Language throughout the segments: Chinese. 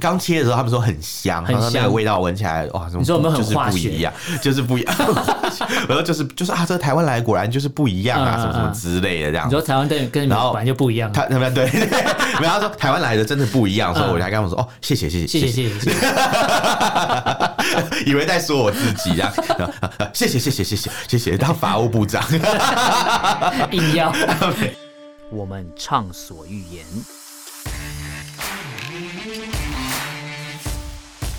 刚切的时候，他们说很香，很然后那个香味道闻起来，哇，你你说有没有很就是化不学一样， 就是不一样。然后就是就是啊，这台湾来果然就是不一样啊，嗯什么什嗯么嗯之类的这样你说。台湾跟跟你们然后本来就不一样，啊他他们对， 对没有他说台湾来的真的不一样，所以嗯我才跟他们说哦，谢谢谢谢谢谢谢谢谢谢， 以为在说我自己这样， 然后啊啊谢谢谢谢谢谢谢谢当法务部长。 硬要。我们畅所欲言，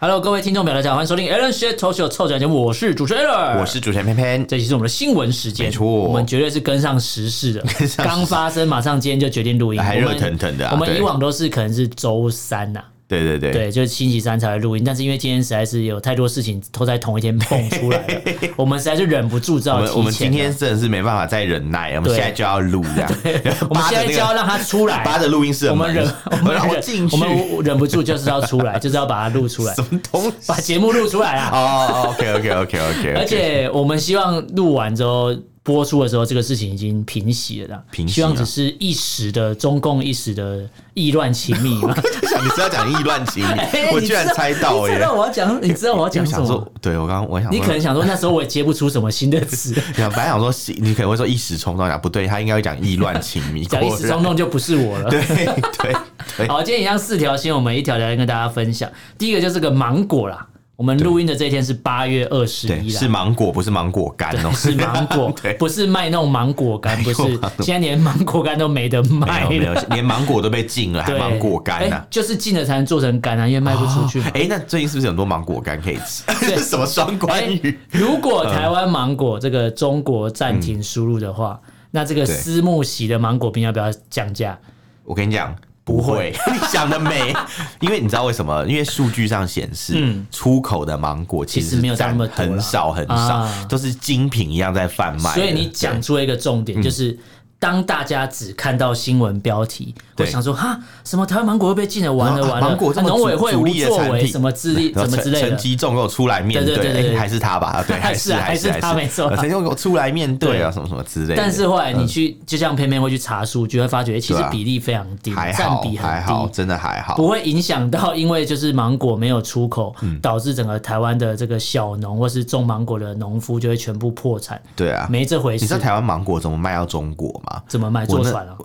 Hello，各位听众朋友，大家好，欢迎收听 Alan s h a t Talk Show 臭嘴节目，我是主持人 Alan，我是主持人偏偏，这期是我们的新闻时间，没错我们绝对是跟上时事的上时，事刚发生马上今天就决定录音，还我们热腾腾的啊我们以对往都是可能是周三呐、对对对对，就是星期三才会录音，但是因为今天实在是有太多事情都在同一天蹦出来了， 我们实在是忍不住，只我好提前们了我们今天真的是没办法再忍耐，我们对现在就要录这样，我们现在就要让它出来，扒着录音室的我门，们忍，我们让我忍，进去我，们忍不住就是要出来，就是要把它录出来什，么东西？把节目录出来啊！哦，OK OK OK OK，而且我们希望录完之后。播出的时候，这个事情已经平息了啦。平息啊希望了只是一时的中共一时的意乱情迷嘛。你是要讲意乱情迷 哎，我居然你知道猜到你耶知！道我要讲，你知道我要因讲为什想么说？，对我刚刚我想你可说，能想说那时候我也接不出什么新的词，想本来想说你可能会说一时冲动，讲不对，他应该会讲意乱情迷，讲一时冲果动就不是我了。然， 对 对对，好，今天一样四条新闻，我们一条条跟大家分享。第一个就是个芒果啦，我们录音的这一天是八月二十对，一啦，是芒果不是芒果干哦，是芒果 对，不是卖那种芒果干，不是没有芒，现在连芒果干都没得没卖有没有了。，连芒果都被禁了，还对，芒果干啊呢哎？就是进了才能做成干啊，因为卖不出去嘛。哎、那最近是不是很多芒果干可以吃？对这 是什么双关语？哎如果台湾芒果这个中国暂停输入的话，嗯那这个对私募洗的芒果冰要不要降价？我跟你讲。不会， 你想的 美，因为你知道为什么？因为数据上显示，嗯出口的芒果其其实没有占那么多啦很少很少，啊都是精品一样在贩卖的。所以你讲出了一个重嗯点，就是当大家只看到新闻标题，会对想说哈，什么台湾芒果会被禁了，完了啊完了，芒果这么农委主会主无力的作产为，品什么之 力，然后什么之陈类的陈。吉仲给我出来面对对对哎对还是他吧？对， 还还是啊还还是还他没错呃陈吉仲给我出来面对啊，对什么什么之类的。但是后来你去，就像偏偏会去查数据，会发觉其实对啊比例非常低，还占好比还好，很低。真的还好。不会影响到，因为就是芒果没有出口，嗯导致整个台湾的这个小农或是种芒果的农夫就会全部破产，对啊，没这回你知道事。台湾芒果怎么卖到中国吗？怎么卖我坐那 船啊？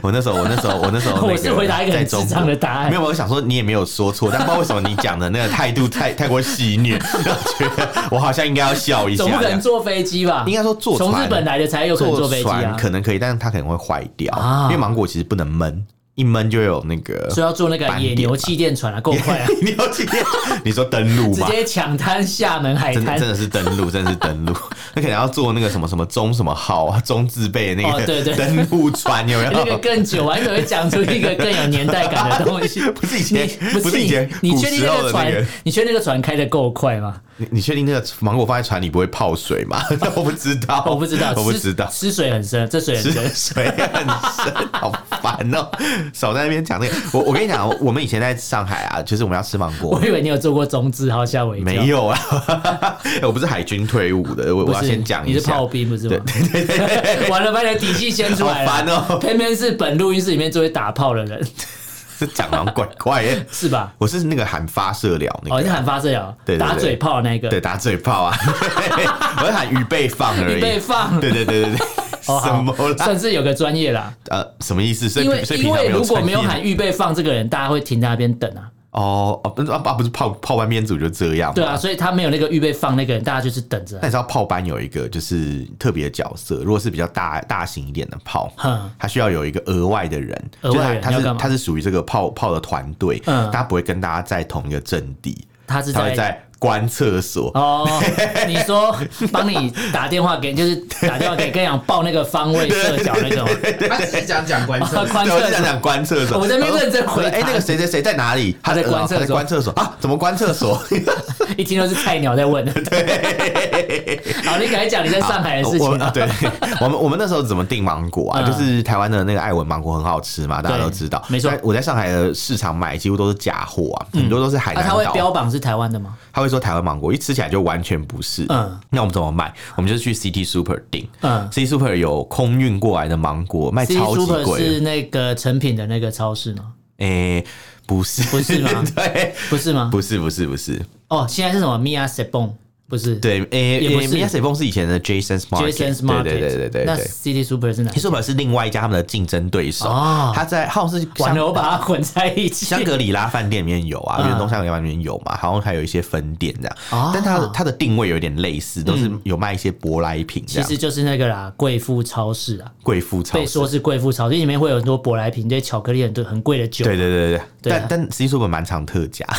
我那时候，我那时候，我那时候、那个 我是回答一个很在中智障的答案国没有，我想说你也没有说错，但不知道为什么你讲的那个态度太 太过戏谑，然后觉得我好像应该要笑一下总不可这能样。坐飞机吧？应该说坐船从日本来的才有可能坐坐飞机船啊，可能可以，但是它可能会坏掉，啊因为芒果其实不能闷，一闷就有那个。所以要坐那个板野点牛吧气垫船啊，够快啊！ 你要今天你说登陆直吧，接抢滩厦门海真的滩真。的是登陆，真的是登陆， 那可能要坐那个什么什么中什么号啊，中字辈的那哦对对个登陆船，有没有？ 那个更久啊，你怎么会讲出一个更有年代感的东西？ 不是以你前，不不是以前你，你古确定时候那的个那个船，你确定那个船开的够快吗？你你确定那个芒果放在船里不会泡水吗？ 我不知道，我不知道，哦我不吃知道。吃水很深，这水很是深。水很深，好烦哦、少在那边讲那个。我我跟你讲，我们以前在上海啊，就是我们要吃芒果我，以为你有做过中字号，吓我一跳。没，有啊，我不是海军退伍的，我不我是要先讲你一是下炮。兵不是吗？ 完了，把你的底细先出来了。好烦哦 偏偏是本录音室里面最会打炮的人，这讲好像怪怪耶，是吧？我是那个喊发射了那哦，你个，喊发射了，对对对打嘴炮那个，对，打嘴炮啊， 我是喊预备放而已。你被放。对对对对对，哦，什好么啦？算是有个专 业啦。呃，什么意思？所以因为所以因平常为如果穿没有衣服喊预备放这个人，大家会停在那边等啊。哦哦，不是啊，不是泡泡班编组就这样嘛。对啊，所以他没有那个预备放那个人，大家就是等着啊、但你知道炮班有一个就是特别的角色，如果是比较大大型一点的炮，哼，他需要有一个额外的人，额外就是人他他要干是嘛他是属于这个炮炮的团队，嗯他不会跟大家在同一个阵地，他是他在会在观厕所。哦，你说帮你打电话给，就是打电话给跟你讲报那个方位射角那种，，他只是讲讲观测观对，我测是想讲观厕所。我在那边他说认真回答哎，那个谁谁谁在哪里？他在说观厕所他在观厕所啊？怎么观厕所？ 一听就是菜鸟在问。 好，你赶快讲你在上海的事我 情们啊。对，我们我们那时候怎么订芒果啊？嗯就是台湾的那个艾文芒果很好吃嘛，大家都知道。没错在我在上海的市场买几乎都是假货啊，很多都是海啊，南他会标岛。榜是台湾的吗？他会说台湾芒果，一吃起来就完全不是。嗯那我们怎么卖？我们就去 CT Super 订。嗯 CT Super 有空运过来的芒果，卖，C 哎超级 Super 贵是的。那个成品的那个超市吗？诶、不是，不是吗 对，不是吗？不是，不是，不是。哦，现在是什么 Mia s e b o n 不是对，诶、也不诶是 m i a s e p o n 是以前的 Jason's Market， ，Jason's Market，对对对对对那对。 City Super 是哪 T 一个？ Super 是另外一家他们的竞争对手，哦他在好像是完香了，我把它混在一起。香格里拉饭店里面有啊，嗯远东香格里拉饭店有嘛，好像还有一些分店这样，哦嗯但它的它的定位有点类似，都是有卖一些舶来品这其样实，就是那个啦，贵妇超市啊，贵妇超被市。说是贵妇超市，里面会有很多舶来品，这些巧克力很多很贵的酒。对对对对，对啊嗯但但 C Super 蛮常特价，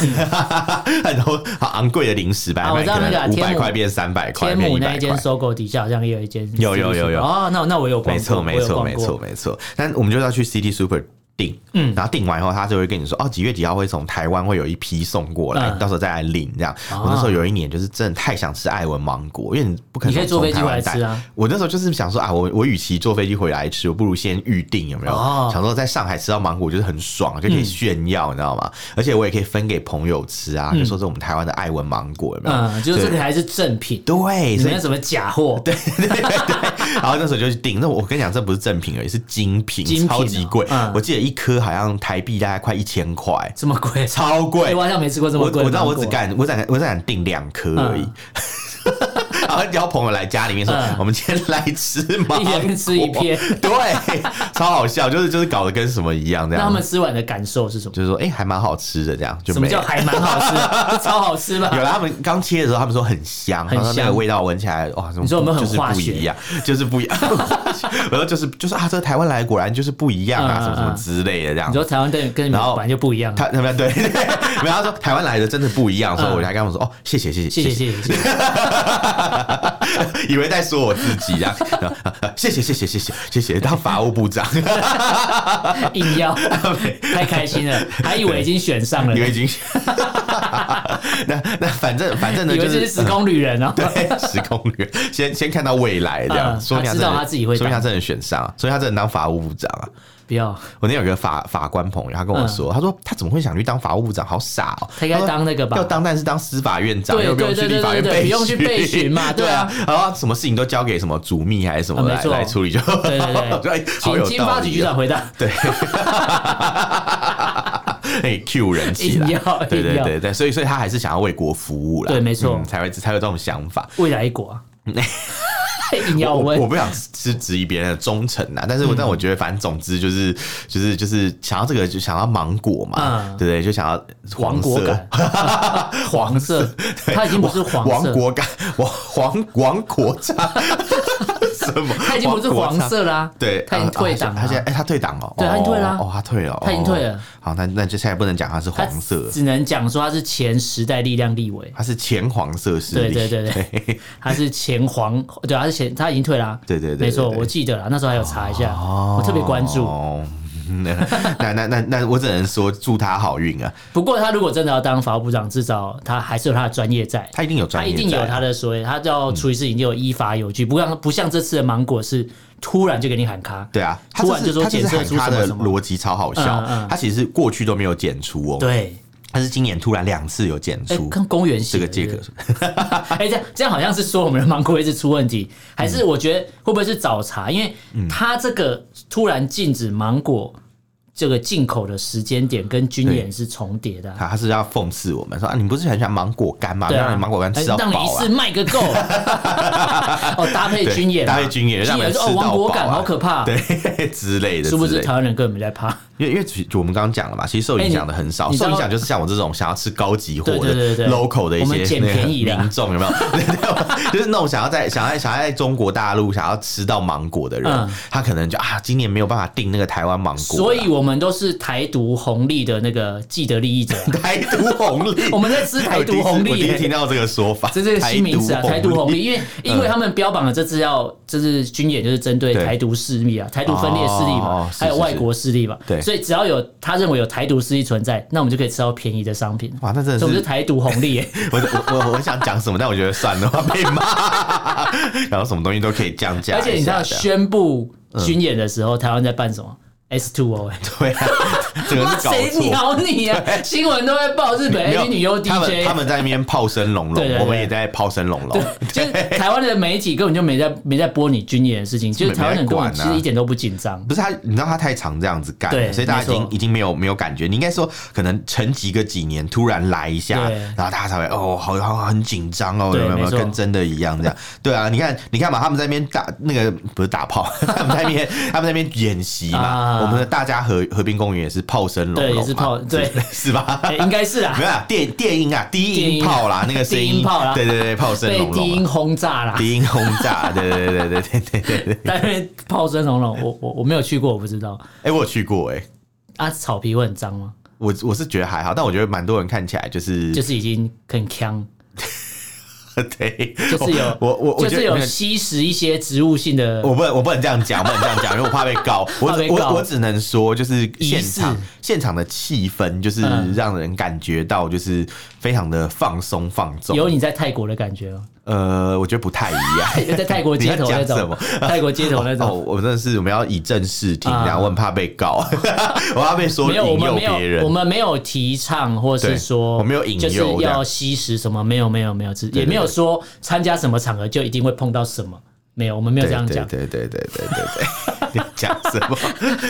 很多好昂贵的零食吧，啊我知道那个啊五天百母块变三百块，天变母一那百一块间。搜狗底下好像也有一间 City Super，有有有有哦，那那我有逛过，没错，没我有错，逛没过错，，没错。但我们就要去 City Super 订，嗯，然后订完以后，他就会跟你说，哦，几月几号会从台湾会有一批送过来，嗯到时候再来领这样。啊我那时候有一年就是真的太想吃艾文芒果，因为你不可能你可以坐从飞机台湾回来吃啊带。我那时候就是想说啊，我我与其坐飞机回来吃，我不如先预定有没有？哦想说在上海吃到芒果就是很爽，就可以炫耀，你知道吗？而且我也可以分给朋友吃啊，就说是我们台湾的艾文芒果有没有？嗯，就是这对个还是正品，对，你所以们什么假 货？对，然后那时候就去订，那我跟你讲，这不是正品而已，是精品，精品超级贵。哦嗯我记得一颗好像台币大概快一千块，这么 贵，超贵。哎我好像没吃过这我么我贵知的道，芒果。我只敢我只敢我只敢订两颗而已。 然后邀朋友来家里面说嗯：“我们今天来吃芒一人果，吃一片。 对，超好笑，就是就是搞得跟什么一样这那样。他们吃完的感受是什么？就是说，哎、还蛮好吃的这样，就什么没叫了。还蛮好 吃？是超好吃 吧？有了，他们刚切的时候，他们说很香，很然后那个香味道闻起来，哇，你你说有没有很就是化不学一样， 就是不一样。然后就是就是啊，这台湾来果然就是不一样啊，嗯什么什么嗯之类的这样你。说台湾跟跟你们然后本来就不一样，他他们对， 没有他说台湾来的真的不一样，所以我才跟他们说哦，谢谢谢谢 谢谢谢谢谢谢。以为在说我自己这样， 然后啊谢谢谢谢谢谢谢谢当法务部长， 硬要， 太开心了，还以为已经选上了，你们已以 经， 那那反正反正呢为就这是是时空旅人哦。对，时空 旅先先看到未来这样，嗯说明他知道真的他自己会说明他当真的选上啊，所以他真的当法务部长啊。不要，我那天有个法法官朋友，他跟我说，他说他怎么会想去当法务部长，好傻哦、嗯他应该说当那个吧要当但是当司法院长，对又不用去对对立法院对备询，对对不用去备询嘛 对对啊，然后什么事情都交给什么主秘还是什么啊来、没错来处理就，对对对 哎好有请道理、啊金发局局长，回答。对。哎，Q 人起来硬要，对对硬要对对，所以所以他还是想要为国服务啦，嗯对没错才会才有这种想法。未来一 国啊，硬要我问我不想是质疑别人的忠诚呐，但是我、嗯但我觉得，反正总之就是就是就是想要这个，就想要芒果嘛，嗯对不对？就想要王黄国色，感， 黄色，它已经不是黄王色，国感，王王王国 章，什么？它已经不是黄章。色啦，对，它已经退党啊了他现在哎，他退党了，对他已经退了啊哦，他退了，他已经退了哦。好，那那就现在不能讲他是它黄色，只能讲说它是前时代力量立委，他是前黄色势对力，对对 对，他是前皇， 对，啊他是前，他已经退啦、对对对对没错，对我记得了，那时候还有查一下， 我特别关注。哦，那 那那那那我只能说祝他好运啊，不过他如果真的要当法务部长，至少他还是有他的专业在，他一定有他专业一在，定有他的所谓，他要处理事情就有依法有据，不像不像这次的芒果是突然就给你喊卡，对啊，他突这然是就说他这检是测喊出他什么的什么逻辑超好笑嗯，嗯他其实是过去都没有检出哦，对，但是今年突然两次有检哎、出。跟公园这写个的借口， 哎、这样这样好像是说我们的芒果一直出问嗯题，还是我觉得会不会是找茬？因为它这个突然禁止芒果这个进口的时间点跟军演是重叠的啊、他他是要讽刺我们说啊，你不是很喜欢芒果干吗？对啊，让你芒果干吃到哎让你一饱啊次！卖个 够，哦，搭配军演嘛，搭配军演让人就哦，吃到王国饱啊感好可怕，，对 之类的，是不之是类的台湾人根本没在怕？因为因为其我们刚刚讲了嘛，其实受影响的很少，哎你受影你知响道就是像我这种想要吃高级货的对对对对 local 的一我们些捡那个便宜的民众，有没有？ 就是那种想要在想要在想要在中国大陆想要吃到芒果的人，嗯他可能就啊，今年没有办法订那个台湾芒果啦，啊所以我们都是台独红利的那个既得利 益者啊，台独红利，哎我们在吃台独红利我第一次我第一次耶听到这个说法，这是个新名词啊，台独 红利，因为因为他们标榜了这次要这次军演就是针对对台独势力啊，台独分裂势力哦嘛，是还有是外国势力嘛对，所以只要有他认为有台独势力存在，那我们就可以吃到便宜的商品。哇，那真的所以我们是是台独 红利耶，我我我我想讲什么，但我觉得算了，我被 骂。然后什么东西都可以降价一下，而且你知道这样宣布军演的时候，台湾在办什么？S two O 哎，对啊，整个妈嗯是搞谁错。鸟 你啊？新闻都在报日本 AV 哎女优他们 DJ，他们在那边炮声隆对隆，对对我们也在炮声隆隆。 就是台湾的媒体根本就没在没在播你军演的事情，就是台湾很多人没在其管啊实一点都不 紧张。不是他，你知道他太常这样子干对了，所以大家已没经错已经没有没有感觉。你应该说，可能沉寂个几年，突然来一下对，然后大家才会哦，好好很紧张哦，对有没没有错跟真的一样 这样？对啊，你看你看嘛，他们在那边打那个不是打炮， 他们在那边他们在那边演习嘛啊，我们的大家河河滨公园也是炮声隆隆对嘛，也是炮对是 吧？哎应该是啊没，有啊电电音啊，低音炮啦，那个声低音音炮啦对对对，炮声 被隆低隆音啊，轰炸啦，低音轰炸，对对对对对对对对。但是炮声隆隆。我我我没有去过，我不知道。哎，我有去过哎。啊，草皮会很脏吗？我我是觉得还好，但我觉得蛮多人看起来就是就是已经很呛，对，就是有 我我我就觉得是有没有哦吸食一些植物性的我不能我不能这样讲，不能这样讲，因为我怕被告。我怕被告我我只能说，就是现仪场式现场的气氛，就是嗯让人感觉到就是非常的放松放纵。有你在泰国的感觉吗？呃，我觉得不太一样。在泰国街头 你那要讲什种么， 泰国街头那 哦，种。我真的是我们要以正视听，啊然后我很怕被告，我怕被说没引有，我们诱没别有，我人。们没有提倡，或是对说我没有引就是诱这样要吸食什么，没有，没有，没有，只对也没有说参加什么场合就一定会碰到什么，没有，我们没有对这样对讲。对对对对对对，你讲什么？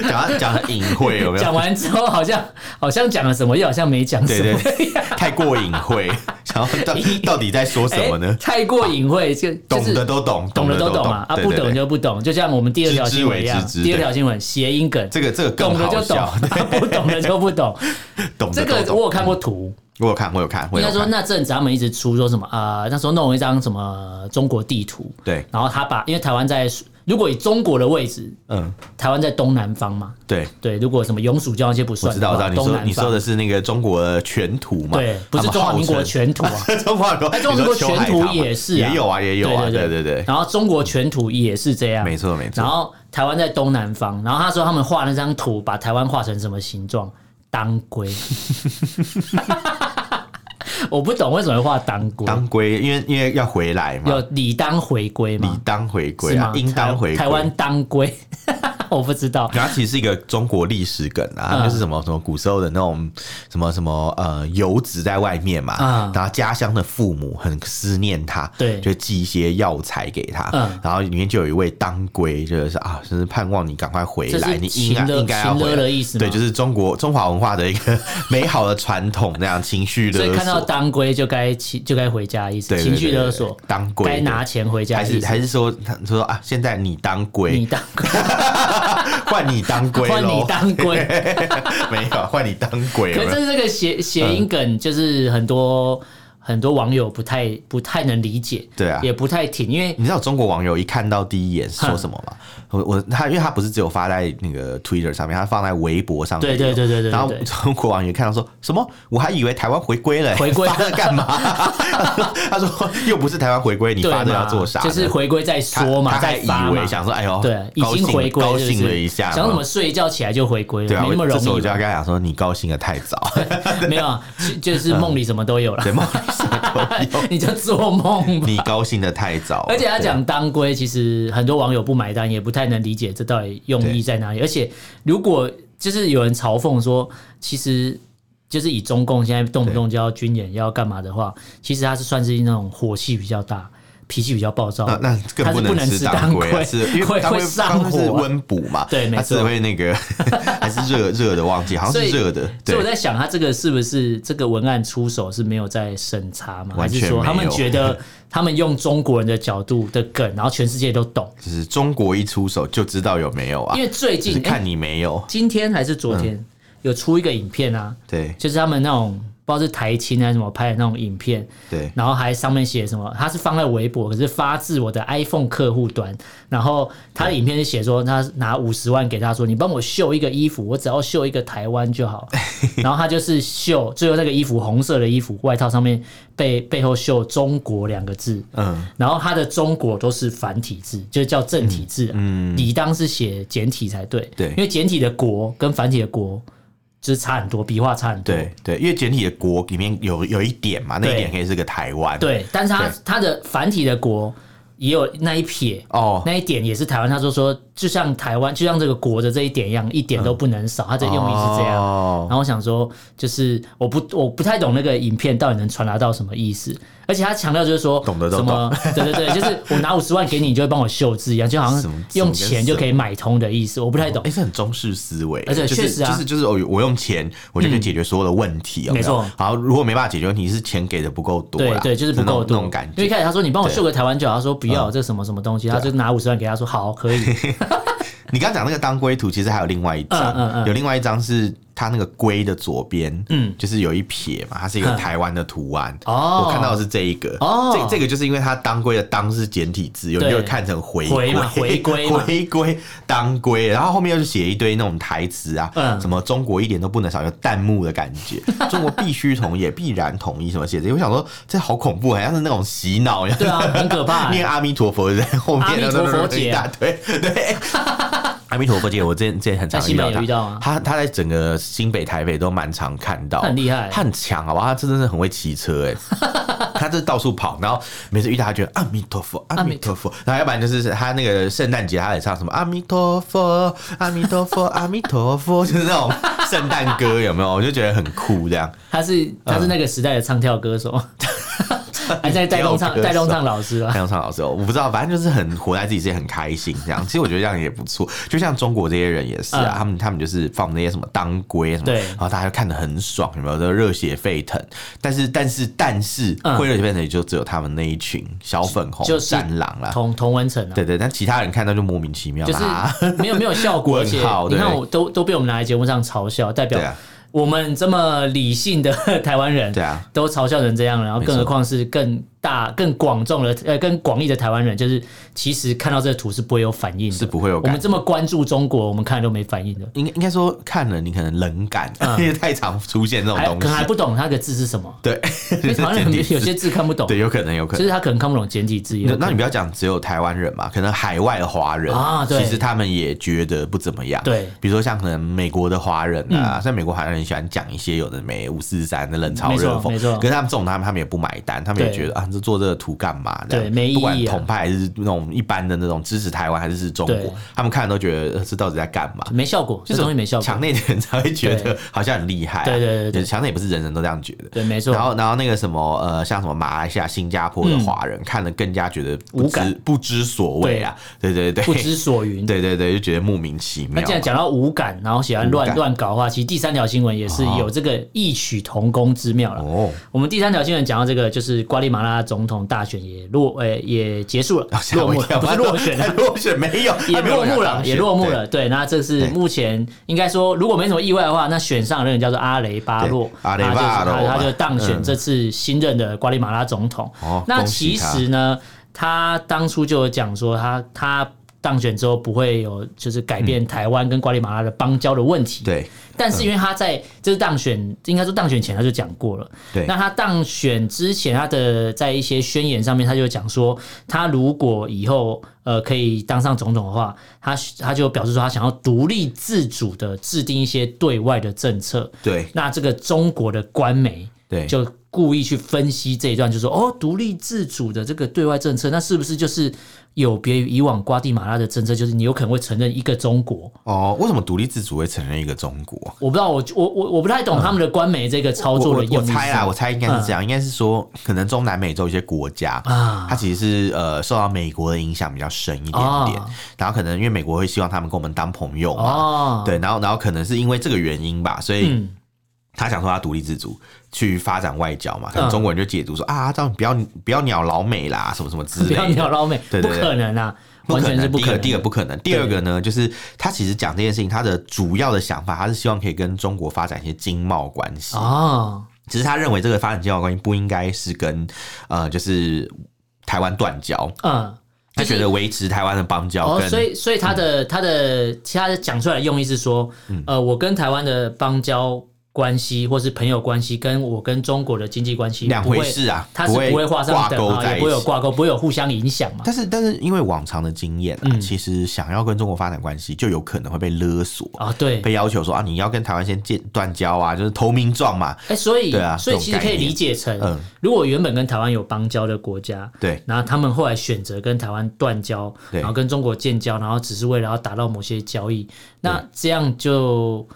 讲得讲得隐晦有没有？讲完之后，好像好像讲了什么，又好像没讲什对么。对，太过隐 晦，想要到到底在说什么哎呢？太过隐晦，就哎就懂是的都懂，懂的的都懂懂嘛，啊，对不对懂对就不懂，就像我们第二条新闻一样知之为知，之第二条新闻谐音梗，这个这个懂更的好就懂，笑， 啊不懂的就不懂。懂这的都个懂。我有看过图，我有看，我有看，我应有该说看。那阵子他们一直出说什么啊、呃那时候弄了一张什么中国地图，对，然后他把因为台湾在如果以中国的位置，嗯，台湾在东南方嘛，对，对，如果什么永暑礁那些不我算知的道，话，我知道。你东说南你说方的是那个中国的全图嘛？啊对，不是他们中华号民国称全土啊。 中华民国，哎中华民国全图也是啊也有啊，也有啊，对对对，然后中国全土也是这样，没错没然错。后台湾在东南方，然后他说他们画那张图，把台湾画成什么形状？当归。 我不懂为什么会画当归，当归，因为因为要回来有嘛，理当回归理嘛？当回归是吗啊？，应当回归。台湾当归， 我不知道。然后其实是一个中国历史梗啊，嗯就是什么什么古时候的那种什么什么呃游子在外面嘛，嗯然后家乡的父母很思念他，对就寄一些药材给他，嗯然后里面就有一位当归，就是啊，就是盼望你赶快回这来，是你应该情勒应该要情回勒来的。意思吗？对，就是中国中华文化的一个 美好的传统，那样情绪所以勒看到索，当归就该情就该回家的意思，对对情绪对对勒索，当归该拿钱回家还的意是思。还是说他说啊，现在你当你归，当换你当归 换你喽，当归， 没有换你当归，有可没是有这是个谐谐嗯音梗，就是很多、很多网友不太不太能理解，对啊也不太挺，因为你知道中国网友一看到第一眼说什么 吗？我我他因为他不是只有发在那个 Twitter 上面，他放在微博上面。对对对对对对然后中国网友看到说什么？我还以为台湾回归了、欸回归发这干嘛？ 他说又不是台湾回归，你对发嘛，这要做啥呢？就是回归再他说嘛，他还再发以嘛为。想说哎呦，对，啊已高经兴回归高是不兴是了一下，想怎么？睡一觉起来就回归对了，啊，没那么我容这时候我易就要吧。跟他讲说，你高兴的太早， 没有啊，就就是梦里什么都有了对，梦里什么都有 你就做梦吧。你高兴的太早，而且他讲当归，其实很多网友不买单，也不太能理解这到底用意在哪里。而且如果就是有人嘲讽说，其实就是以中共现在动不动就要军演要干嘛的话，其实他是算是那种火气比较大。脾气比较暴躁那，那更哦他是能能吃当归啊，是因会为当会归上当归是火啊。温补嘛，对没它错是会那个 还是热热的，忘记好像所是以热的，所以对，我在想，他这个是不是这个文案出手是没有在审查吗？还完是全说他没们有觉得他们用中国人的角度的梗，然后全世界都懂？就是中国一出手就知道有没有 啊因，为最就是近哎看你没有，今天还是昨天、有出一个影片啊，对就是他们那种不知道是台青还是什么拍的那种影片，对然后还上面写什么，他是放在微博，可是发自我的 iPhone 客户端。然后他的影片是写说，他拿五十万给他说，你帮我绣一个衣服，我只要绣一个台湾就好。然后他就是绣，最后那个衣服红色的衣服外套上面背背后绣“中国”两个字，嗯，然后他的“中国”都是繁体字，就是叫正体字、嗯，理当是写简体才对，对因为简体的“国”跟繁体的“国”就是差很多，笔画差很多，对对，因为简体的国里面有有一点嘛，那一哦对点可以是个台湾，对，但是它对它的繁体的国也有那一撇。哦，那一点也是台湾，他说说，就像台湾，就像这个国的这一点一样，一点都不能少，他的用意是这样。哦然后我想说，就是我不我不太懂那个影片到底能传达到什么意思，而且他强调就是说，懂得都什么？对对对，就是我拿五十万给你，你就会帮我绣字一样，就好什像么用钱就可以买通的意思，我不太懂哎、。这很中式思维，而且就是确实啊嗯就是就是我我用钱，我就可以解决所有的问题，有没有没错好，如果没办法解决问题，是钱给的不够多啦，对对，就是不哎啊那种够多那种感因为一觉。嗯开始他说你帮我绣个台湾就好，他说不要这什么什么东西，他就啊拿五十万给他说好可 以，你刚刚讲那个当归图，其实还有另外一张，嗯嗯嗯有另外一张是它那个龟的左边，嗯，就是有一撇嘛，它是一个嗯台湾的图案。哦我看到的是这一个，哦这这个就是因为它当归的当是简体字，有人对就会看成回回 嘛回回归嘛回归当归，然后后面又是写一堆那种台词啊，嗯什么中国一点都不能少，有弹幕的感 觉，中国必须统一，必然统一什么写的，我想说这好恐怖，好像是那种洗脑一样。对啊，很可 怕、念阿弥陀佛在后面，阿弥陀佛姐啊对对。阿弥陀佛姐，我之前之前很常在遇西到门有她，遇到啊她她在整个新北、台北都蛮常看到，她很厉害她很强好不好？她真的是很会骑车 哎、她就是到处跑，然后每次遇到她，觉得阿弥陀佛，阿弥陀佛，然后要不然就是她那个圣诞节，她也唱什么阿弥陀佛，阿弥陀佛，阿弥陀佛，就是那种圣诞歌，有没有？我就觉得很酷，这样他是嗯他是那个时代的唱跳歌 手，还在带动唱带动唱老师啊。潘永昌老师哦，我不知道，反正就是很活在自己世界，很开心这样。其实我觉得这样也不错，就像中国这些人也是啊，嗯他们他们就是放那些什么当归什么，对然后大家就看得很爽，有没有？都热血沸腾。但是但是但是，嗯会热血沸腾也就只有他们那一群小粉红、就是战狼啦。同同文层啊，对对，但其他人看到就莫名其妙就啦。 是没有没有效果，而问且号你看对我都都被我们拿来节目上嘲笑，代表对啊我们这么理性的 台湾人，对啊，都嘲笑成这样了，然后没错更何况是更大、更广众的呃、更广义的台湾人，就是其实看到这个图是不会有反应的，是不会有我感们这么关注中国，我们看了都没反应的，应该应该说看了你可能冷感， 因为太常出现这种嗯还东可能还西。不懂它的字是 什么，对， 因为台湾人简体字有些字看不懂， 对，有可能有可能就。是他可能看不懂简体字也有那可能。那你不要讲只有台湾人嘛，可能海外的华人啊对其实他们也觉得不怎么样。对嗯比如说像可能美国的华人啊，像美国华人喜欢讲一些有的没五四三的冷嘲热讽，没错没错可是他们这种他们他们也不买单，他们也对觉得啊，这做这个图干嘛？对这样没意义啊不管统派还是那种一般的那种支持台湾还是是中对国，他们看了都觉得呃这到底在干嘛？没效果，这东西 没效果。墙内的人才会觉得对好像很厉害啊、对对对对对墙内也不是人人都这样觉得。对，没错。然后，然后那个什么，呃，像什么马来西亚、新加坡的华人、看了更加觉得不嗯无知感不知所谓啊，对对对，不知所云。对对对，就觉得莫名其那妙既然嘛。讲到无感，然后喜欢无乱感乱搞的话，其实第三条新闻也是有这个异曲同工之妙了。哦，我们第三条新闻讲到这个，就是瓜地马拉总统大选也落，呃、也结束了，哦吓落我一幕了，跳， 不是落选了还。落选没有，也还没有落幕当了，选也落幕对了。对，那这是对目前应该说，如果没什么意外的话，那选上的人叫做阿雷巴洛啊对，阿雷巴洛他就是他他就当选嗯这次新任的瓜地马拉总统哦。那恭喜其他实呢，他当初就有讲说，他他当选之后不会有就是改变台湾跟瓜地马拉的邦交的问题。嗯对，但是因为他在就是当选，应该说当选前他就讲过了。对那他当选之前，他的在一些宣言上面，他就讲说，他如果以后呃可以当上总统的话，他他就表示说，他想要独立自主的制定一些对外的政策。对那这个中国的官媒对，就故意去分析这一段，就说哦，独立自主的这个对外政策，那是不是就是有别于以往瓜地马拉的政策，就是你有可能会承认一个中国？哦，为什么独立自主会承认一个中国？我不知道，我我我我不太懂他们的官媒这个操我作我的我用意是猜啊什啦，么我猜应该是这样，应该是说，可能中南美洲一些国家啊它其实是呃受到美国的影响比较深一点点哦，然后可能因为美国会希望他们跟我们当朋友嘛，哦，对，然后然后可能是因为这个原因吧，所以嗯，他想说他独立自主去发展外交嘛，可能嗯中国人就解读说啊，这样不要不要鸟老美啦，什么什么之不类要的，鸟老美，对不对对可能啊，不完可全是能，不第一可个能。第一个不可能，第二个呢，就是他其实讲这件事情，他的主要的想法，他是希望可以跟中国发展一些经贸关系。哦，只是他认为这个发展经贸关系不应该是跟呃，就是台湾断交，嗯，他就是觉得维持台湾的邦交哦，跟所以所以他的、嗯他的其他的讲出来的用意是说，呃，我跟台湾的邦交关系或是朋友关系，跟我跟中国的经济关系两不会回事啊它是不会不会画上挂等钩号，在也不会有一起挂钩，不会有互相影响嘛。但是，但是因为往常的经验啊，嗯其实想要跟中国发展关系，就有可能会被勒索，啊，对，被要求说啊，你要跟台湾先建断交啊，就是投名状嘛。哎、所以、对啊所以这种其实可概以念理解成，嗯如果原本跟台湾有邦交的国家，对然后他们后来选择跟台湾断交，对然后跟中国建交，然后只是为了要达到某些交易，那这样就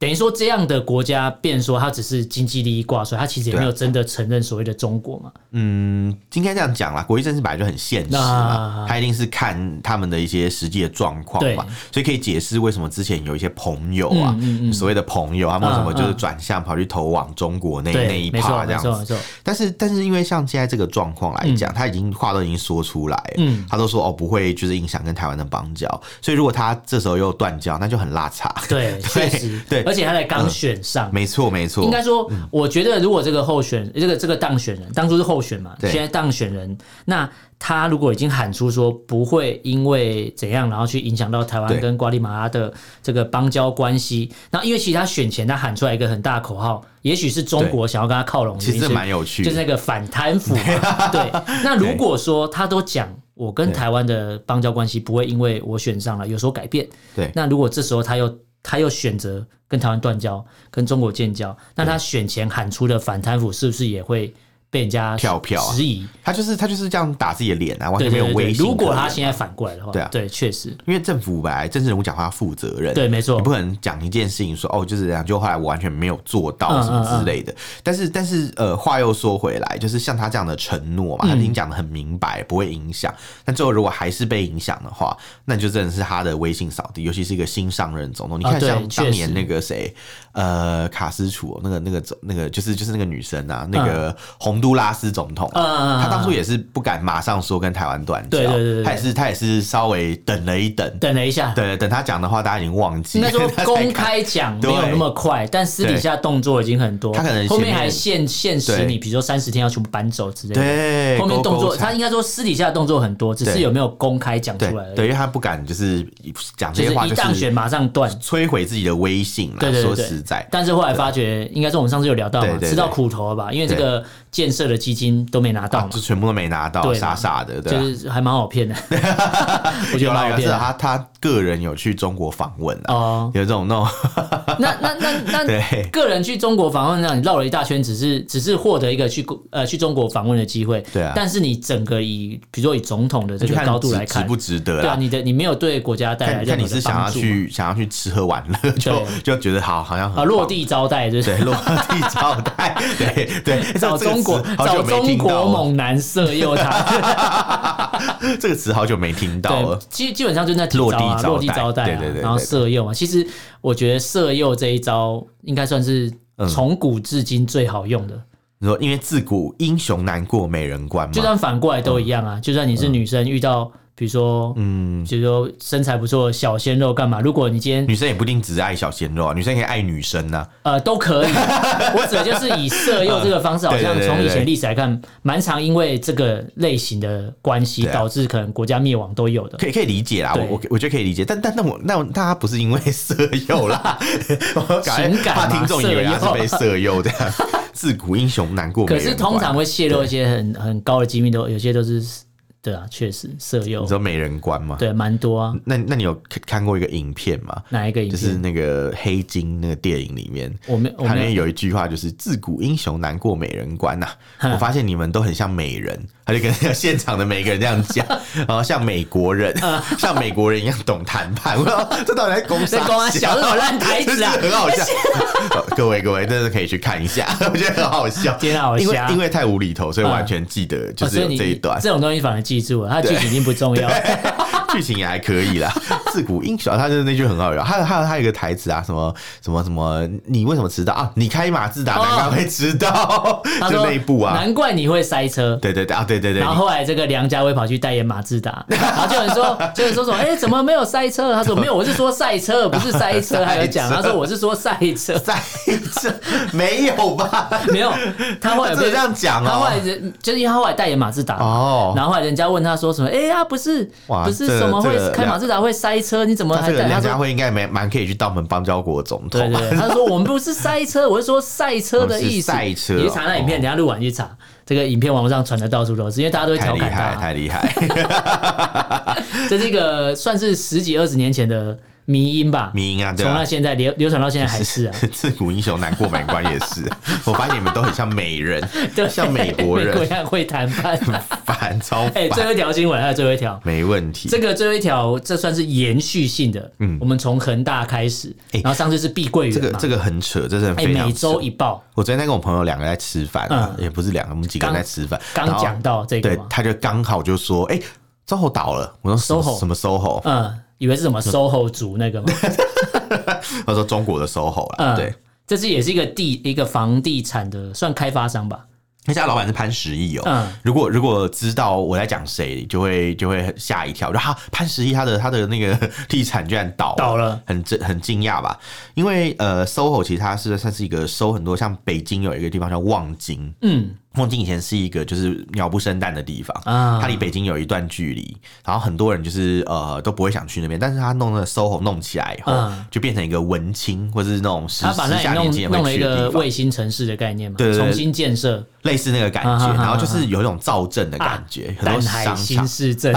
等于说这样的国家变说它只是经济利益挂帅，它其实也对啊没有真的承认所谓的中国嘛。嗯，应该这样讲啦，国际政治本来就很现实嘛那，他一定是看他们的一些实际的状况嘛对，嗯所以可以解释为什么之前有一些朋友啊，所谓的朋友，他们为什么就是转向跑去投往中国那、那对，一没错，趴这没样错，子没。错。但是，但是因为像现在这个状况来讲，他已经话都已经说出来了，嗯他都说哦不会就是影响跟台湾的邦交，所以如果他这时候又断交，那就很拉差。 对，确实，对嗯而且他才刚选上，没错没错嗯应，该说，我觉得如果这个候选这个这个当选人当初是候选嘛，对现在当选人，那他如果已经喊出说不会因为怎样，然后去影响到台湾对跟瓜地马拉的这个邦交关系，那因为其实他选前他喊出来一个很大的口号，也许是中国想要跟他靠拢的其原因实是，这蛮有趣就是的。那个反贪腐 嘛。对，那如果说他都讲我跟对台湾的邦交关系不会因为我选上了有所改变，对那如果这时候他又他又选择跟台湾断交，跟中国建交，那他选前喊出的反贪腐是不是也会被人家跳票啊质疑？他就是他就是这样打自己的脸啊，完对全没对有对威对，信可言。如果他现在反过来的话，对啊对，确实，因为政府本来政治人物讲话要负责任，对，没错你不，可能讲一件事情说哦就是这样，就后来我完全没有做到嗯什么之类的。但是但是呃，话又说回来，就是像他这样的承诺嘛，他嗯已经讲的很明白，不会影响。但最后如果还是被影响的话，那就真的是他的威信扫地，尤其是一个新上任总统。你啊看对像确当实年那个谁，呃，卡斯楚哦那个那个总那个就是就是那个女生啊，那个洪都拉斯总统啊。嗯，他当初也是不敢马上说跟台湾断交，对对对对他也是他也是稍微等了一等，等了一下。 对，等他讲的话，大家已经忘记。应该说 他才公开讲没有那么快，但私底下动作已经很多。他可能后面前面还限限时对你，比如说三十天要全部搬走之类的。对后面动勾作，勾他应该说私底下的动作很多，只是对有没有公开讲出对来而已。对，因为他不敢就是讲这就些话，是一就当选是马上断。摧毁自己的威信啦。对对对说对实在，但是后来发觉，应该是我们上次有聊到对嘛，对对吃到苦头了吧？因为这个建设的基金都没拿到啊嘛就，全部都没拿到，对啦傻傻的，对啊。就是还蛮好 骗的。我觉有啦，有得蛮好啦骗是啊的。他他个人有去中国访问啊，哦，有这种那种那那那那 对个人去中国访问，让你绕了一大圈，只是只是获得一个去国呃去中国访问的机会。对啊但是你整个以比如说以总统的这去 个看高度值来值看，不值得对啊，哎啦。你的你没有对国家带来看看任何你的是想要帮助嘛去想要去吃喝玩乐，就就觉得好好像啊很落棒地招待，就是对落地 招待，对对，找这个中国词好找久没中听国到哦了，猛男色诱他，这个词好久没听到对了，。基基本上就那几招啊，落落地地招招待待对对啊对对，然后色诱啊。其实我觉得色诱这一招应该算是嗯从古至今最好用的，你说，因为自古英雄难过美人关嘛，就算反过来都一样嗯啊。就算你是女生遇到，比如说嗯，比如说身材不错的小鲜肉干嘛，如果你今天女生也不一定只爱小鲜肉啊，女生也可以爱女生呐、呃，都可 以。我指的就是以色诱这个方式，好嗯对对像对对从以对前历史来看，蛮常因为这个类型的关系，对啊导致可能国家灭亡都有的。可以可以理解啦，我对我我觉得可以理解，但但但我那那他不是因为 色诱啦，我感情觉感怕嘛听众以为他色诱是被色诱这样，自古英雄难过美可人是关。通常会泄露一些很很高的机密，都有些都是对啊，确实色诱你知，道美人关吗？对，蛮多啊。那那你有看看过一个影片吗？哪一个影就是片？那个《黑金》那个电影里面，我没我它里没面有。有一句话就是“自古英雄难过美人关”呐。我发现你们都很像美人，他就跟 现场的每个人这样 讲，然后像美国人，像美国人一样懂谈判。我说这到底在攻啊在啥？公安小这 种烂台真词是啊！很 好笑，哦各位各位，真的可以去看一下，我觉得很好笑，天啊好因为瞎因为太无厘头，所以完全记得就啊是所以有你这一段。这种东西反而记住了，他剧情已经不重要。 剧情也还可以啦。自古英雄，他就是那句很好笑。还有还有还有一个台词啊，什么什么什么，你为什么迟到啊？你开马自达，哦难怪会迟到，他就说那一部啊。难怪你会塞车。对对对啊，对对对，然后后来这个梁家辉跑去代言马自 达，然后就有人说，就有人说什么，哎，怎么没有塞车？他说没有，我是说赛车，不是塞车。还 有讲，他说我是说赛车你，在这没有吧？没有。他后来真的被这样讲他后哦来。人就是因为他后来代言马自达嘛，哦 然后后来人家问他说什么，哎呀，不是，哇不是这个什么会这个开马自达会塞车，你怎么他还这个代？梁他家说。辉应该蛮蛮可以去当我们邦交国总对统啊。对，对他说我们不是塞车，我是说赛车的意思。哦是赛车哦你去查那影片，等一下录完去查。这个影片网络上传的到处都是，因为大家都会太调厉侃害，他。太厉害！ 这是一个算是十几二十年前的迷音吧，民音啊，对从吧那？现在流流传到现在还是啊。自古英雄难过门关也是，我发现你们都很像美人， 对， 像美国美国人，人会谈 判。烦超哎，最烦，后一条新闻，还有最后一条，没问题。这个最后一条，这算是延续性的。嗯，我们从恒大开始，然后上次是碧桂哎这园个嘛这，个很扯，这是哎，非常每扯。周一报，我昨天在跟我朋友两个在吃饭啊，嗯也不是两个，我们几个人在吃饭，刚然后讲到这个对嘛，他就刚好就说，哎，周后倒了，我说什么 SOHO 什么收后？嗯，以为是什么 SOHO 族那个嘛， 他说中国的收后了，嗯，对，，这是也是一个地一个房地产的算开发商吧，那家老板是潘石屹哦、嗯如果如果知道我在讲谁，就会就会吓一跳，就哈、潘石屹他的他的那个 地产居然倒倒了很震很惊讶吧？因为呃，SOHO 其实它是算是一个收很多，像北京有一个地方叫望京，嗯望京以前是一个就是鸟不生蛋的地方，啊它离北京有一段距离，然后很多人就是呃都不会想去那边，但是他弄那个 SOHO 弄起来以后，嗯就变成一个文青或者是那种时他把时那下年轻里人弄弄了会一去的个地方卫。星城市的概念嘛，对对对重新建设，类似那个感啊觉，哈哈然后就是有一种造镇的感觉，很淡多海商新场。市 镇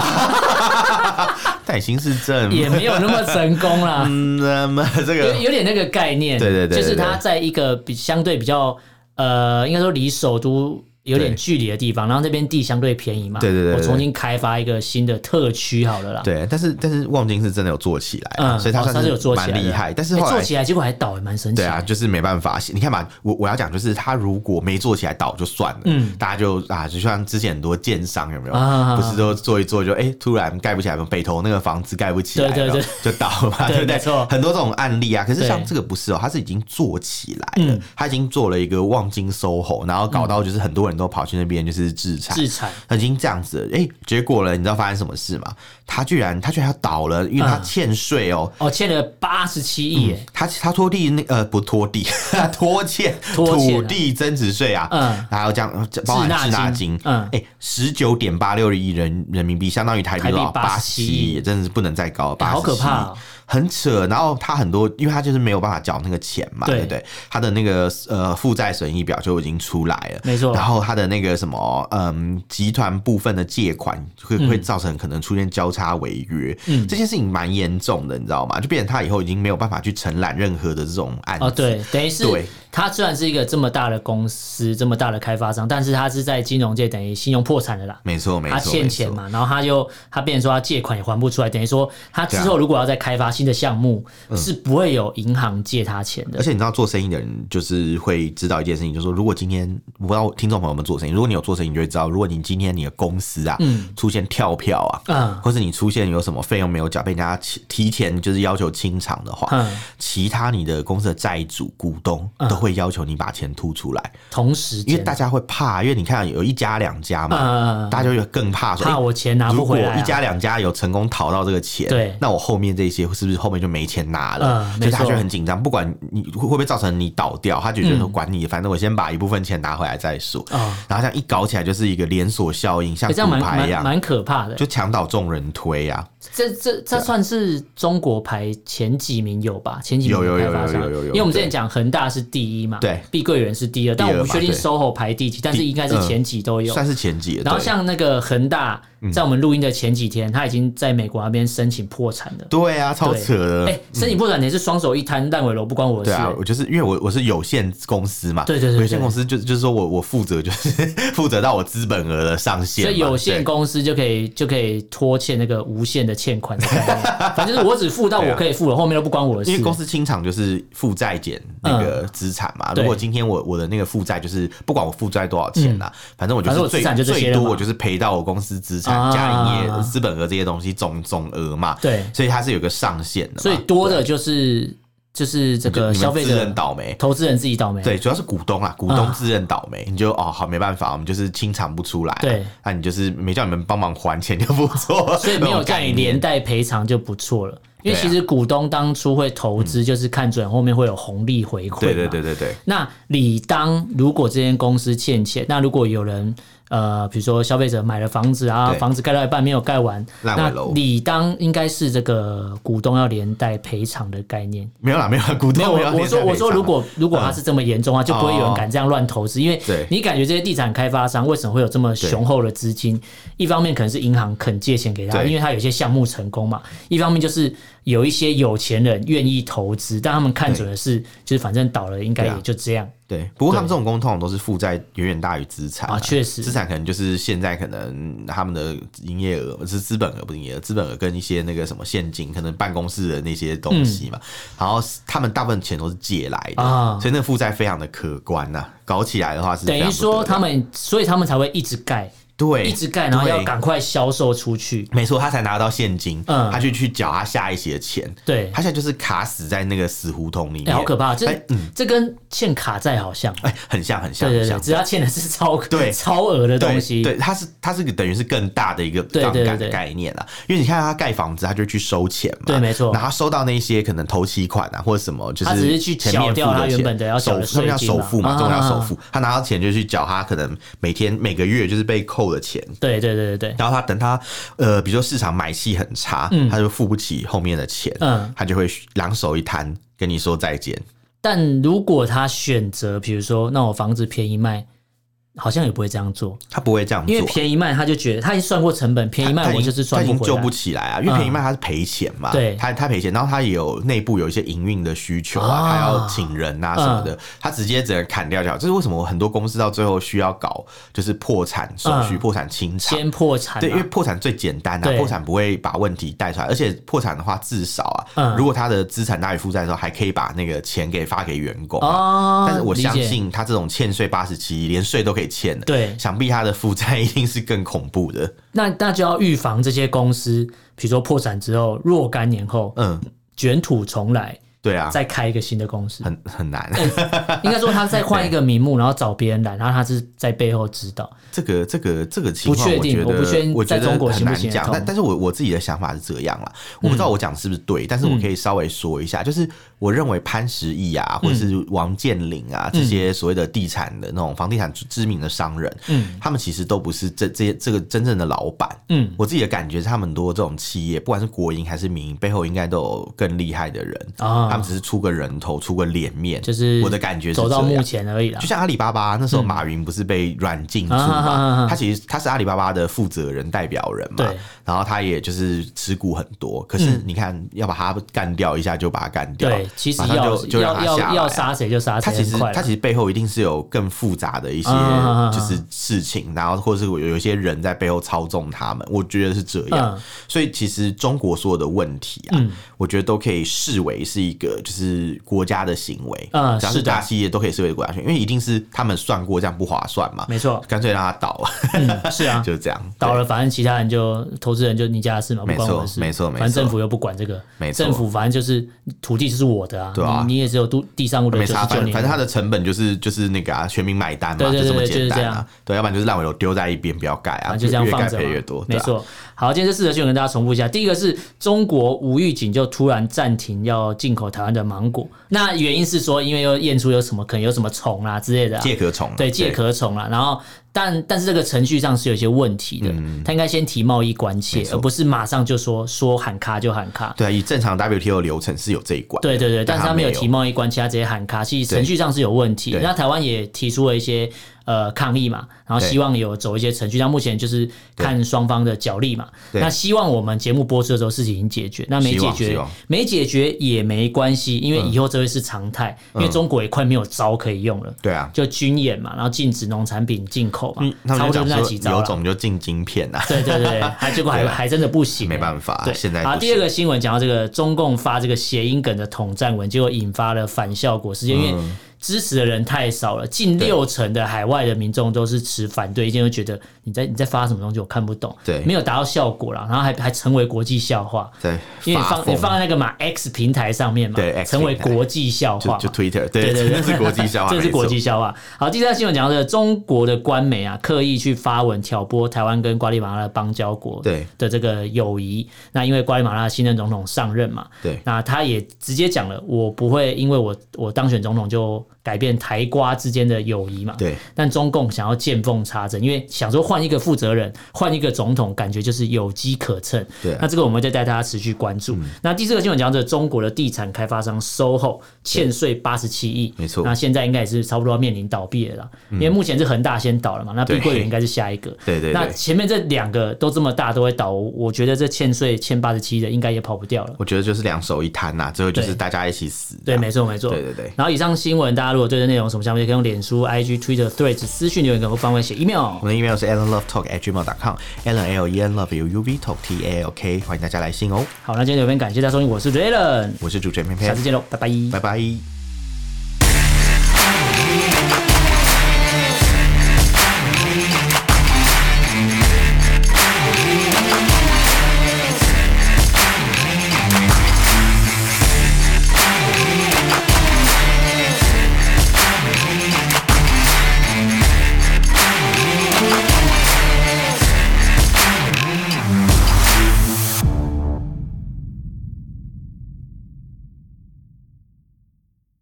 但已经是镇也没有那么成功啦， 嗯，那么这有个有点那个概念，对对对对就是对它在一个比相对比较呃，应该说离首都。有点对距离的地方，然后那边地相对便宜嘛，对对对对我对重新开发一个新的特区好了啦。对，但是但是望京是真的有做起来啊，嗯，所以他哦算是有做起蛮来的厉害。但是哎后做来起来结果还倒，也蛮神奇对的。啊，就是没办法，你看嘛，我我要讲就是他如果没做起来倒就算了，嗯大家就啊，就像之前很多建商有没有，啊不是都做一做就哎、突然盖不起来吗？北投那个房子盖不起来了，对对对就倒了嘛，对对不对？没错很多这种案例啊，可是像对这个不是哦，他是已经做起来了，嗯他已经做了一个望京 SOHO，然后搞到就是很多人都跑去那边就是制裁，制裁他已经这样子了，哎、结果了，你知道发生什么事吗？他居然他居然要倒了，因为他嗯欠税哦。哦，欠了八十七亿耶，嗯他他拖地那呃不拖地， 他拖欠拖欠啊土地增值税啊，嗯还有这样包含滞纳金，嗯哎十九点八六亿人人民币，相当于台币多少台币八87亿，真的是不能再高，哎八好可怕哦很扯。然后他很多，因为他就是没有办法缴那个钱嘛，对对不对？他的那个呃负债损益表就已经出来了，没错然后他的那个什么嗯集团部分的借款会会造成可能出现交叉违约，嗯这件事情蛮严重的，你知道吗？就变成他以后已经没有办法去承揽任何的这种案子，哦，对，等于嗯是对它虽然是一个这么大的公司，这么大的开发商，但是它是在金融界等于信用破产了啦。没错没错，他欠钱嘛，然后他就他变成说他借款也还不出来，等于说他之啊后如果要再开发新的项目，是不会有银行借他钱嗯而的。且你知道做生意的人就是会知道一件事情，就是说如果今天我不知道听众朋友们做生意，如果你有做生意，你就会知道，如果你今天你的公司啊、出现跳票啊，嗯或是你出现有什么费用没有缴，被人家提提前就是要求清偿的话，嗯其他你的公司的债主股东都会要求你把钱吐出来，同时因为间，大家会怕，因为你看有一家两家嘛，嗯嗯嗯大家就会更怕说怕诶我钱拿不如果回来啊一家两家有成功讨到这个钱，对那我后面这些是不是后面就没钱拿了？嗯所以他没错就很紧张，不管你会不会造成你倒掉，他就觉得说管你，反正我先把一部分钱拿回来再说。哦然后这样一搞起来，就是一个连锁效应，像欸这样骨蛮牌一蛮样，蛮可怕的。就墙倒众人推啊！这这这算是中国排前几名有吧？前几名有有的有开发有商有有有有因为我们之前对讲恒大是第一嘛，对碧桂园是第二，但第我二不嘛确定对 SOHO 排第几，但是第应该是嗯前几都有。算是前几了。哎然后对嗯像那个恒大，在我们录音的前几天，他已经在美国那边申请破产了。对啊，超对扯的。哎，申请破产你是双手一摊烂尾楼，不关我的对事。啊，我就是因为我我是有限公司嘛，对对对对有限公司就就是说我我负责就是 负责到我资本额的上限所嘛，以有限对公司就可以就可以拖欠那个无限的的欠款的 概念，反正就是我只付到我可以付了，后面都不关我的啊因为事。公司清偿就是负债减那个资产嘛。对如果今天我我的那个负债就是不管我负债多少钱啦，反正我就嗯反正是我最资产就这些最了多嘛我就是赔到我公司资啊产加营业资本额这些东西总总额嘛。对所以它是有个上限的嘛。所以多的就是就是这个你们消费自认者、倒霉。投资人自己倒霉。对，主要是股东啊，股嗯东自认倒霉，你就哦好没办法，我们就是清偿不出来啊、对那、你就是没叫你们帮忙还钱就不错，所以没有叫你连带。带赔偿就不错了，对因为啊其实股东当初会投资，就是看准后面会有红利回馈嘛。对对对对对，那理当如果这间公司欠钱，那如果有人呃，比如说消费者买了房子啊，对房子盖到一半没有盖完，烂那尾楼理当应该是这个股东要连带赔偿的概念。没有啦，没有啦，股没东 有，没有我我连说带我说，赔偿如果如果他是这么严重啊，就不会有人哦敢这样乱投资，因为对你感觉这些地产开发商为什么会有这么雄厚的资金？一方面可能是银行肯借钱给他，对因为他有些项目成功嘛；一方面就是有一些有钱人愿意投资，但他们看准的是，就是反正倒了应该对啊也就这样。对，不过他们这种公司通常都是负债远远大于资产啊确实资产可能就是现在可能他们的营业额是资本额不是营业额，资本额跟一些那个什么现金，可能办公室的那些嗯东西嘛，然后他们大部分钱都是借来的，啊所以那个负债非常的可观呐、搞起来的话是等非常于不得说了他们，所以他们才会一直盖，对一直盖，然后对要赶快销售出去。没错，他才拿到现金，嗯他就去缴他下一期的钱，对他现在就是卡死在那个死胡同里哎、面，好可怕！这、哎嗯，这跟欠卡债好像。哎，很像，很像，对对很对，像。只要欠的是超对超额的东西，对，对它是它是等于是更大的一个对杠对杆的对对概念啊，因为你看他盖房子，他就去收钱嘛，对没错然后他收到那些可能头期款啊或者什么，就他只是去前缴面付掉他的原本的要钱，缴首的付，他们叫税金首嘛付嘛，这种啊叫首付，他拿到钱就去缴他可能每天每个月就是被扣的钱。对对对对对，然后他等他，呃，比如说市场买气很差，他就付不起后面的钱，嗯他就会两手一摊跟你说再见。但如果他选择，比如说，那我房子便宜卖，好像也不会这样做，他不会这样做，因为便宜卖他就觉得他已经算过成本，便宜他卖已经我就是他赚已经不救回来嗯不。起来啊，因为便宜卖他是赔钱嘛，对他他赔钱，然后他也有内部有一些营运的需求啊，啊嗯他要请人啊什么的，他直接只能砍掉掉。这是为什么很多公司到最后需要搞就是破产手续、嗯破产清偿。先破产、啊，对，因为破产最简单啊，对破产不会把问题带出来，而且破产的话，至少啊，嗯如果他的资产大于负债的时候，还可以把那个钱给发给员工啊。哦，但是我理解相信他这种欠税八十七，连税都可以欠的，对想必他的负债一定是更恐怖的。那那就要预防这些公司，比如说破产之后若干年后嗯，卷土重来，对啊，再开一个新的 公司。很很难。 应该说他再换一个名目，然后找别人来，然后他是在背后指导。这个这个这个情况，不确我定觉得我不确定我觉在中得国很行不难行得讲。通嗯但但是我我自己的想法是这样啦，我不知道我讲的是不是对，但是我可以稍微说一下，就是我认为潘石屹啊，或者是嗯王健林啊、这些所谓的地产的那种房地产知名的商人，嗯他们其实都不是这这这个真正的老板。嗯，我自己的感觉是，他们很多这种企业，不管是国营还是民营，背后应该都有更厉害的人啊他们只是出个人头，出个脸面。就是我的感觉是走到这样目前而已啦嗯就。像阿里巴巴那时候，马云不是被软禁住啊啊啊啊嘛啊？他其实他是阿里巴巴的负责人、代表人嘛对。然后他也就是持股很多，可是你看，要把他干掉一下，就把他干掉对，，其实马上要就就让要他下要要来啊。杀谁就杀他谁，其实很快啦他其实背后一定是有更复杂的一些啊啊啊啊啊就是事情，然后或者是有有一些人在背后操纵他们，我觉得是这样嗯。所以其实中国所有的问题啊，我觉得都可以视为是一个就是国家的行为，嗯只要是是的大企业都可以视为国家行为，因为一定是他们算过这样不划算嘛，没错，干脆让它倒，嗯，是啊， 就是这样。倒了，反正其他人就投资人就你家的事嘛，不没错关我的事，没错没错反正政府又不管这个，没错政府反正就是土地就是我的啊，对啊你你也只有地地上物的对没九差，十反九正年，反正它的成本就是就是那个啊，全民买单嘛，对对就这么对就是简这单样啊。对，要不然就是让我有丢在一边，不要盖啊，啊，就这样越放盖着赔嘛，越多，没对啊错。好，今天这四则新闻跟大家重复一下。第一个是中国无预警就突然暂停要进口台湾的芒果，那原因是说因为又验出有什么可能有什么虫啊之类的啊、介壳虫啊，对介壳虫啦，然后但但是这个程序上是有一些问题的，他应该先提贸易关切嗯没，错而不是马上就说说喊卡就喊卡。对啊，以正常 WTO 流程是有这一关，对对对，但是他他没有没有提贸易关系，他直接喊卡，其实程序上是有问题的。对那台湾也提出了一些呃抗议嘛，然后希望有走一些程序。那目前就是看双方的角力嘛。对那希望我们节目播出的时候事情已经解决，那没希解望希决望嗯没解决也没关系，因为以后这会是常态，因为中国也快没有招可以用了。对啊，就军演嘛，然后禁止农产品进口嘛，嗯，他差们不就讲多就那说几招啊有了。种就进晶片 啊，对对对，对还结果还对啊还真的不行欸，没办法对，现在好，不第二行个新闻讲到这个中共发这个谐音梗的统战文，结果引发了反效果事件，因为支持的人太少了，近嗯对六成的海外的民众都是持反对意见，就觉得你在你在发什么东西，我看不懂，对没有达到效果啦，然后还还成为国际笑话。在因为你发放你疯啊放在那个嘛 X 平台上面嘛，对，X 成为平台国际笑话嘛，就就 Twitter，对对，对真对，的是国际笑话， 这是没错国际笑话。好，第三新闻讲到的，中国的官媒啊，刻意去发文挑拨台湾跟瓜地马拉的邦交国对的这个友谊。那因为瓜地马拉的新任总统上任嘛，对那他也直接讲了，我不会因为我我当选总统就改变台瓜之间的友谊嘛。对，但中共想要见缝插针，因为想说换一个负责人，换一个总统，感觉就是有机可乘。对啊嗯那这个我们会再带大家持续关注。那第四个新闻讲到这中国的地产开发商 SOHO 欠税八十七亿，没错嗯那现在应该也是差不多要面临倒闭了啦，因为目前是恒大先倒了嘛，那碧对桂园应该是下一个。对对那对前面这两个都这么大都会倒，我我觉得这欠税欠八十七的应该也跑不掉了。我觉得就是两手一摊呐，最后就对是大家一起死啊这对，样，没错没错，对对对然后以上新闻，大家如果对这内容有什么想法，也可以用脸书、IG、Twitter、Threads 私讯留言给我，方位写 email 我。们的 email 是 allenlovetalk@gmail.com，allen l e n love u u v talk t a l k，欢迎大家来信哦。好，那今天就非常感谢大家收听，我是 Jalen，我是主持人偏下偏次，见喽，拜拜拜拜。